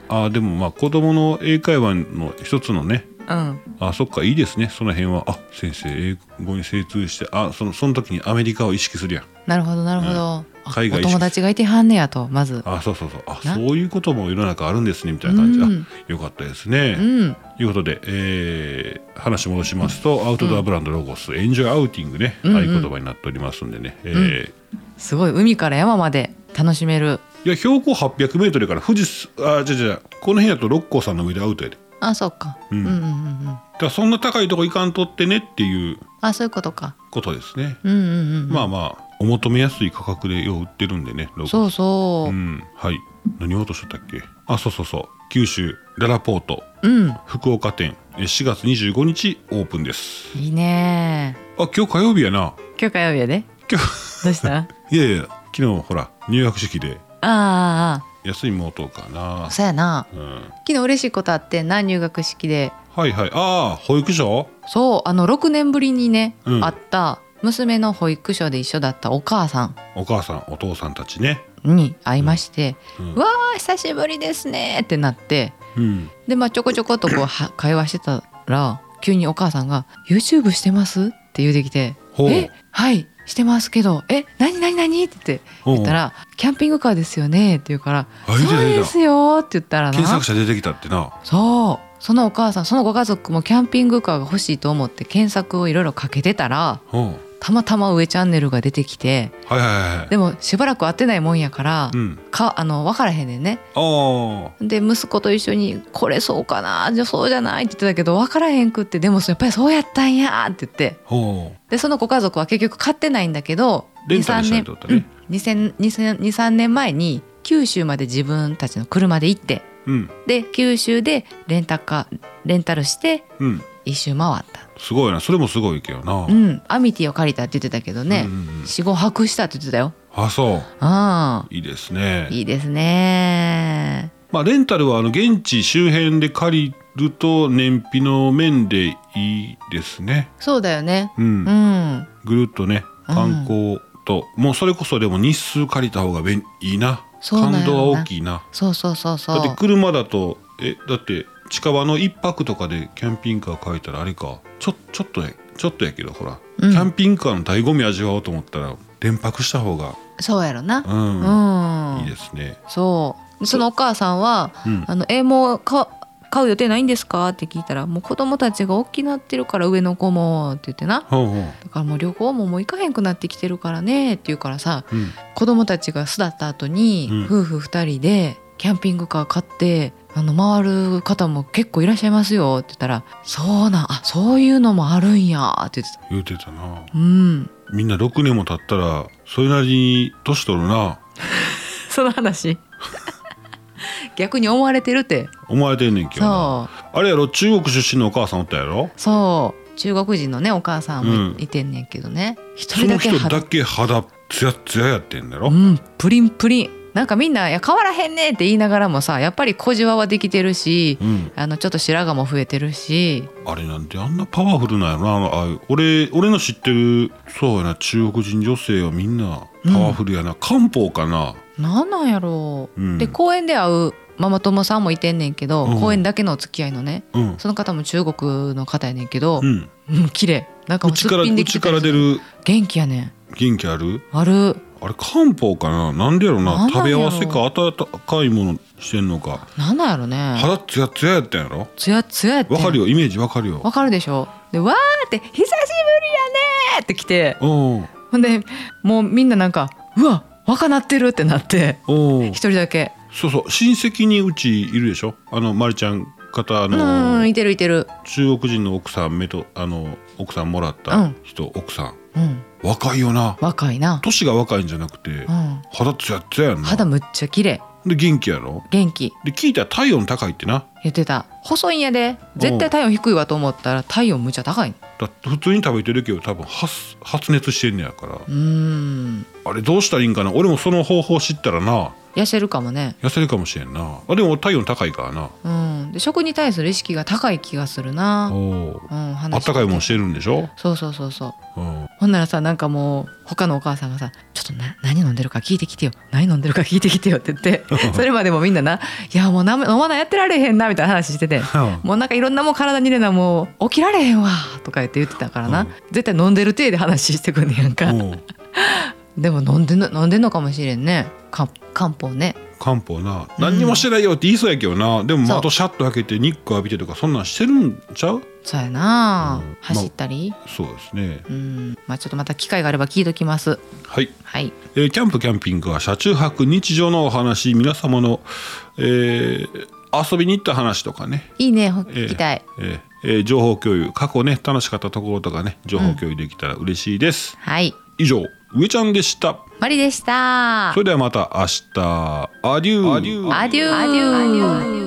Speaker 1: あーでもまあ子供の英会話の一つのね
Speaker 2: うん
Speaker 1: あそっかいいですねその辺はあ先生英語に精通してあそのその時にアメリカを意識するやん
Speaker 2: なるほどなるほど、あ
Speaker 1: 海外
Speaker 2: お友達がいてはんねやとまず
Speaker 1: あそうそうそうあ
Speaker 2: な
Speaker 1: そういうことも世の中あるんですねみたいな感じ、
Speaker 2: うん
Speaker 1: あよかったですね、
Speaker 2: うん
Speaker 1: ということで、えー話戻しますと、アウトドアブランドロゴスエンジョイアウティングね、
Speaker 2: うんうん
Speaker 1: 合言葉になっておりますんでね、えー
Speaker 2: すごい海から山まで楽しめる
Speaker 1: いや標高8 0 0ルから富士あじゃじゃこの辺やと六甲山の上でアウトやでだ
Speaker 2: あそうか、
Speaker 1: う
Speaker 2: うんん、うんうんうん
Speaker 1: からそんな高いとこ行かんとってねっていう
Speaker 2: あそういうことか
Speaker 1: ことですね、
Speaker 2: うんうんうん
Speaker 1: まあまあお求めやすい価格でよう売ってるんでねロゴス、
Speaker 2: そうそううん
Speaker 1: はい何を落としとったっけあそうそうそう九州ララポート
Speaker 2: うん、
Speaker 1: 福岡店え4月25日オープンです
Speaker 2: いいね
Speaker 1: あ今日火曜日やな
Speaker 2: 今日火曜日やで
Speaker 1: 今
Speaker 2: どうした あ
Speaker 1: 日 いやいや昨日ほら入学式で
Speaker 2: ああ
Speaker 1: 安い妹かな
Speaker 2: あそうやな
Speaker 1: うん
Speaker 2: 昨日嬉しいことあってな入学式で
Speaker 1: はいはいああ保育所
Speaker 2: そうあの6年ぶりにね、
Speaker 1: うん
Speaker 2: 会った娘の保育所で一緒だったお母さん
Speaker 1: お母さんお父さんたちね
Speaker 2: に会いまして「
Speaker 1: う
Speaker 2: うんわー久しぶりですね」ってなって
Speaker 1: うん
Speaker 2: でまあちょこちょこっとこうは会話してたら急にお母さんが「YouTube してます?」って言うてきて「
Speaker 1: ほう
Speaker 2: えはいしてますけどえ何何何?」って言って
Speaker 1: ほう
Speaker 2: 言ったら「キャンピングカーですよね」って言うから「
Speaker 1: あ
Speaker 2: そ
Speaker 1: いいじゃん
Speaker 2: うですよ」って言ったらな
Speaker 1: 検索者出てきたってな
Speaker 2: そうそのお母さんそのご家族もキャンピングカーが欲しいと思って検索をいろいろかけてたら
Speaker 1: うん
Speaker 2: たまたま上チャンネルが出てきて
Speaker 1: はいはいはい
Speaker 2: でもしばらく会ってないもんやから、
Speaker 1: うん
Speaker 2: かあの分からへんねんね
Speaker 1: あ
Speaker 2: で息子と一緒に「これそうかなじゃそうじゃない」って言ってたけど分からへんくってでもやっぱりそうやったんやって言って
Speaker 1: あほう
Speaker 2: でそのご家族は結局買ってないんだけど
Speaker 1: レンタルしたりとかね
Speaker 2: 23年前に九州まで自分たちの車で行って
Speaker 1: うん
Speaker 2: で九州でレンタカーレンタルして
Speaker 1: うん
Speaker 2: 一周回った
Speaker 1: すごいなそれもすごいけどな、
Speaker 2: うんアミティを借りたって言ってたけどね
Speaker 1: うんうんうん
Speaker 2: 45泊したって言ってたよ
Speaker 1: あそう
Speaker 2: あ
Speaker 1: いいですね
Speaker 2: あいいですね
Speaker 1: まあ、レンタルはあの現地周辺で借りると燃費の面でいいですね。
Speaker 2: そうだよね
Speaker 1: うん、
Speaker 2: うん
Speaker 1: ぐるっとね観光と、もうそれこそでも日数借りた方が便いいな
Speaker 2: そうなんや
Speaker 1: 感
Speaker 2: な
Speaker 1: 動は大きいな。
Speaker 2: そうそうそうそ
Speaker 1: だって
Speaker 2: う
Speaker 1: 車だとえだって近場の一泊とかでキャンピングカー借りたらあれかちょちょっとやちょっとやけどほら、
Speaker 2: うん
Speaker 1: キャンピングカーの醍醐味味わおうと思ったら連泊した方が、
Speaker 2: そうやろ
Speaker 1: う
Speaker 2: なんうん
Speaker 1: いいですね。
Speaker 2: そうそのお母さんは
Speaker 1: うん
Speaker 2: あのえもうか買う予定ないんですか?」って聞いたら「もう子供たちが大きなってるから上の子も」って言ってな
Speaker 1: ほうほう
Speaker 2: だからもう旅行ももう行かへんくなってきてるからねって言うからさ
Speaker 1: うん
Speaker 2: 子供たちが巣立った後に、
Speaker 1: うん
Speaker 2: 夫婦2人でキャンピングカー買ってあの回る方も結構いらっしゃいますよって言ったら「そうなんあそういうのもあるんや」って言って
Speaker 1: 言
Speaker 2: た。
Speaker 1: うてたな。
Speaker 2: うん
Speaker 1: みんな6年も経ったらそれなりに年取るな
Speaker 2: その話 逆に思われてるって
Speaker 1: 思われてんねんけどな
Speaker 2: そう
Speaker 1: あれやろ中国出身のお母さんおったやろ
Speaker 2: そう中国人のねお母さんも
Speaker 1: うん
Speaker 2: いいてんねんけどね一、
Speaker 1: そ
Speaker 2: 人
Speaker 1: の
Speaker 2: だけ
Speaker 1: 人
Speaker 2: 肌
Speaker 1: だけ肌ツヤツヤやってんだろ、
Speaker 2: うんプリンプリンなんかみんな「いや変わらへんね」って言いながらもさやっぱり小じわはできてるし、
Speaker 1: うん、
Speaker 2: あのちょっと白髪も増えてるし
Speaker 1: あれなんであんなパワフルなんやろなあのああいう俺俺の知ってるそうやな中国人女性はみんなパワフルやな、漢方かな
Speaker 2: なんなんやろう、
Speaker 1: うん
Speaker 2: で公園で会うママ友さんもいてんねんけど、
Speaker 1: うん
Speaker 2: 公園だけのお付き合いのね
Speaker 1: うん
Speaker 2: その方も中国の方やねんけど
Speaker 1: う、ん
Speaker 2: うん、綺麗なんかもう
Speaker 1: 内
Speaker 2: すっ
Speaker 1: から
Speaker 2: ぴんでき
Speaker 1: 内
Speaker 2: て
Speaker 1: か
Speaker 2: たり
Speaker 1: ら
Speaker 2: す
Speaker 1: 出る
Speaker 2: 元気やねん
Speaker 1: 元気ある
Speaker 2: ある
Speaker 1: あれ漢方かななんでやろ
Speaker 2: な
Speaker 1: なん
Speaker 2: なん
Speaker 1: 食べ
Speaker 2: や
Speaker 1: 合
Speaker 2: ろ
Speaker 1: わせか温かいものしてんのか
Speaker 2: なんなんやろね
Speaker 1: 肌ツヤツヤやったんやろ
Speaker 2: ツヤツヤやってん
Speaker 1: わかるよイメージわかるよ
Speaker 2: わかるでしょでわーって「久しぶりやねー!」って来て
Speaker 1: うん
Speaker 2: ほんでもうみんななんか「うわ若なってる!」ってなって
Speaker 1: うん
Speaker 2: 一人だけ
Speaker 1: そうそう親戚にうちいるでしょあのまりちゃん方
Speaker 2: 「うんう
Speaker 1: の
Speaker 2: んいてるいてる
Speaker 1: 中国人の奥さんめとあの奥さんもらっ
Speaker 2: う
Speaker 1: た
Speaker 2: ん
Speaker 1: 人、奥さん
Speaker 2: うん
Speaker 1: 若いよな
Speaker 2: 若いな
Speaker 1: 年が若いんじゃなくて、
Speaker 2: うん
Speaker 1: 肌ツヤツヤやんな
Speaker 2: 肌むっちゃ綺麗
Speaker 1: で元気やろ
Speaker 2: 元気
Speaker 1: で聞いたら体温高いってな
Speaker 2: 言ってた細いんやで絶対体温低いわと思ったら体温むっちゃ高い
Speaker 1: だって普通に食べてるけど多分発発熱してんねやから
Speaker 2: うーん
Speaker 1: あれどうしたらいいんかな俺もその方法知ったらな
Speaker 2: 痩せるかもね
Speaker 1: 痩せるかもしれんなあでも体温高いからな
Speaker 2: うんで食に対する意識が高い気がするな
Speaker 1: おー
Speaker 2: うん
Speaker 1: あ
Speaker 2: 話
Speaker 1: っ
Speaker 2: し
Speaker 1: た
Speaker 2: てて
Speaker 1: かいもんしてるんでしょ、
Speaker 2: そうそうそうそう
Speaker 1: うん、
Speaker 2: ほんならさなんかもう他のお母さんがさ「ちょっとな何飲んでるか聞いてきてよ何飲んでるか聞いてきてよ」って言ってそれまでもみんなな「いやもうな飲まないやってられへんな」みたいな話しててもうなんかいろんなもん体に入れなもう起きられへんわとか言って言ってたからな、
Speaker 1: うん
Speaker 2: 絶対飲んでる体で話してくんねやんか、
Speaker 1: うん
Speaker 2: でも飲んでんの飲んでんのかもしれんねか漢方ね
Speaker 1: 漢方な何にもしてないよって言いそうやけどな、でも
Speaker 2: そう
Speaker 1: 窓シャッと開けて日光浴びてとかそんなんしてるんちゃう
Speaker 2: そうやな、
Speaker 1: うん
Speaker 2: 走ったり、
Speaker 1: そうですね
Speaker 2: うんまあちょっとまた機会があれば聞いときます
Speaker 1: はい、
Speaker 2: はい
Speaker 1: えーキャンプキャンピングは車中泊日常のお話皆様の、えー遊びに行った話とかね、
Speaker 2: いいね聞きたい、
Speaker 1: えーえー情報共有過去ね楽しかったところとかね情報共有できたら嬉しいです、
Speaker 2: はい
Speaker 1: 以上上ちゃんでした
Speaker 2: マリでした
Speaker 1: それではまた明日アデューアデュ
Speaker 2: アデュー。アデュー